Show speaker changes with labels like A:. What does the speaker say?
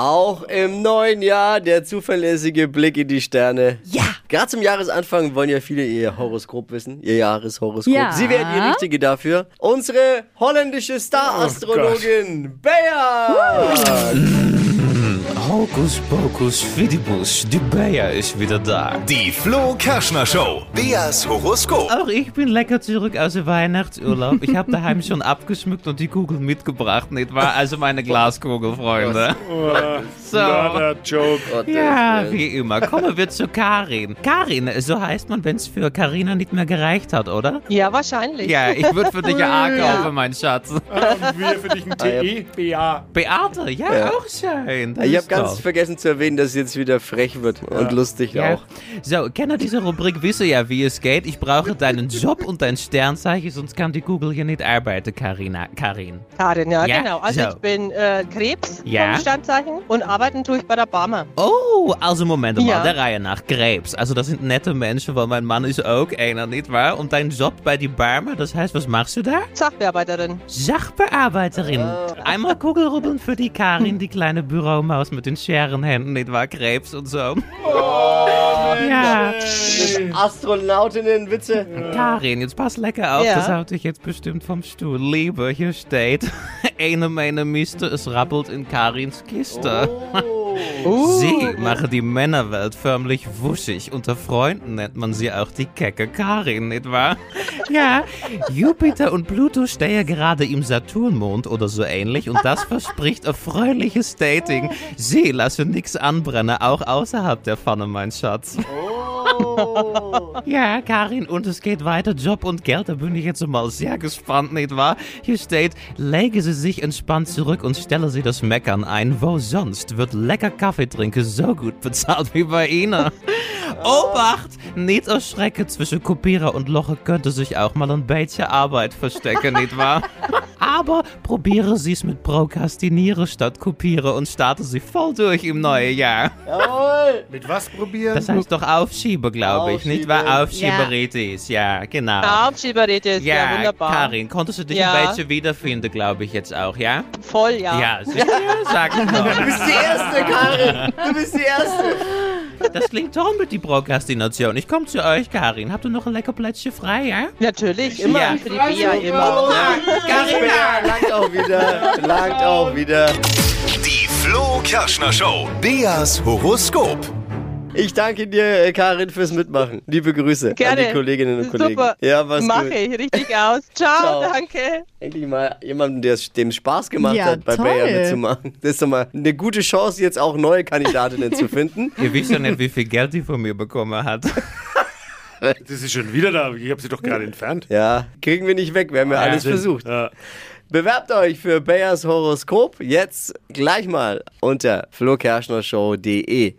A: Auch im neuen Jahr der zuverlässige Blick in die Sterne.
B: Ja.
A: Gerade zum Jahresanfang wollen ja viele ihr Horoskop wissen, ihr Jahreshoroskop.
B: Ja.
A: Sie wäre die Richtige dafür. Unsere holländische Star-Astrologin Bea.
C: Hokus pokus fidibus, die Bayer ist wieder da.
D: Die Flo Kerschner Show. Beas Horoskop.
C: Auch ich bin lecker zurück aus dem Weihnachtsurlaub. Ich habe daheim schon abgeschmückt und die Kugel mitgebracht, nicht wahr? Also meine Glaskugel, Freunde. So.
E: Another joke.
A: Gottes
C: Ja,
A: Willen.
C: wie immer. Kommen wir zu Karin. Karin, so heißt man, wenn es für Karina nicht mehr gereicht hat, oder?
F: Ja, wahrscheinlich.
C: Ja, ich würde für dich ein A kaufen, mein Schatz.
E: Haben wir für dich ein E? TE-BA.
C: Beate, ja,
A: Ah, Ja.
C: auch schön. Das
A: Ich habe
C: ist
A: ganz
C: doch.
A: vergessen zu erwähnen, dass es jetzt wieder frech wird und lustig
C: Ja.
A: auch.
C: So, Kenner dieser Rubrik wissen ja, wie es geht. Ich brauche deinen Job und dein Sternzeichen, sonst kann die Google hier nicht arbeiten, Karina. Karin.
F: Karin, ja,
C: Ja,
F: genau. Also
C: so.
F: ich bin äh, Krebs
C: Ja.
F: vom Standzeichen und arbeiten tue ich bei der Barmer.
C: Oh, also Moment mal,
F: Ja.
C: der Reihe nach. Krebs. Also das sind nette Menschen, weil mein Mann ist auch einer, nicht wahr? Und dein Job bei die Barmer, das heißt, was machst du da?
F: Sachbearbeiterin.
C: Ah. Sachbearbeiterin. Einmal Kugelrubbeln für die Karin, die kleine Büromaus mit den Scherenhänden, nicht wahr? Krebs und so. ja.
A: Astronautinnen-Witze.
C: Karin, jetzt pass lecker auf,
F: Ja.
C: das haut dich jetzt bestimmt vom Stuhl. Liebe, hier steht, eine meine Miste, es rappelt in Karins Kiste.
A: Oh.
C: Sie machen die Männerwelt förmlich wuschig. Unter Freunden nennt man sie auch die kecke Karin, nicht wahr? Ja, Jupiter und Pluto stehen gerade im Saturnmond oder so ähnlich und das verspricht erfreuliches Dating. Sie lassen nichts anbrennen, auch außerhalb der Pfanne, mein Schatz.
A: Oh.
C: Ja, Karin, und es geht weiter. Job und Geld, da bin ich jetzt mal sehr gespannt, nicht wahr? Hier steht, lege Sie sich entspannt zurück und stelle Sie das Meckern ein. Wo sonst wird lecker Kaffee trinken so gut bezahlt wie bei Ihnen? Obacht! Nicht erschrecken, zwischen Kopierer und Loche könnte sich auch mal ein bisschen Arbeit verstecken, nicht wahr? Aber probiere Sie es mit Prokrastinieren statt Kopieren und starte Sie voll durch im neuen Jahr.
A: Jawohl.
E: Mit was probieren?
C: Das heißt doch Aufschiebe, glaube ich, nicht wahr?
B: Aufschiebe.
C: Aufschieberitis, ja, genau.
F: Ah, Schieberitis. Ja,
C: ja,
F: wunderbar.
C: Karin, konntest du dich
F: Ja.
C: ein bisschen wiederfinden, glaube ich jetzt auch, ja?
F: Voll, ja.
C: Ja, sicher, sag ich
A: Du
C: doch.
A: bist die Erste, Karin. Du bist die Erste.
C: Das klingt toll mit die Prokrastination. Ich komme zu euch, Karin. Habt ihr noch ein lecker Plätzchen frei, ja?
F: Natürlich, immer
C: Ja.
F: für die Bia immer. ne?
A: Karina. Langt auch wieder. Langt auch wieder.
D: Die Flo Kerschner Show. Beas Horoskop.
A: Ich danke dir, äh, Karin, fürs Mitmachen. Liebe Grüße
F: Gerne.
A: an die Kolleginnen und Kollegen.
F: Super.
A: Ja, was
F: Mache
A: gut.
F: ich richtig aus.
A: Ciao.
F: Ciao, danke.
A: Endlich mal jemanden, der es dem Spaß gemacht
B: Ja,
A: hat, bei
B: toll.
A: Bayer mitzumachen. Das ist doch mal eine gute Chance, jetzt auch neue Kandidatinnen zu finden.
C: Ihr wisst ja nicht, wie viel Geld die von mir bekommen hat.
E: Das ist schon wieder da. Ich habe sie doch gerade entfernt. Äh,
A: Ja, kriegen wir nicht weg. Wir haben ja alles
E: Wahnsinn.
A: versucht.
E: Ja.
A: Bewerbt euch für Bayers Horoskop jetzt gleich mal unter flokerschnershow.de.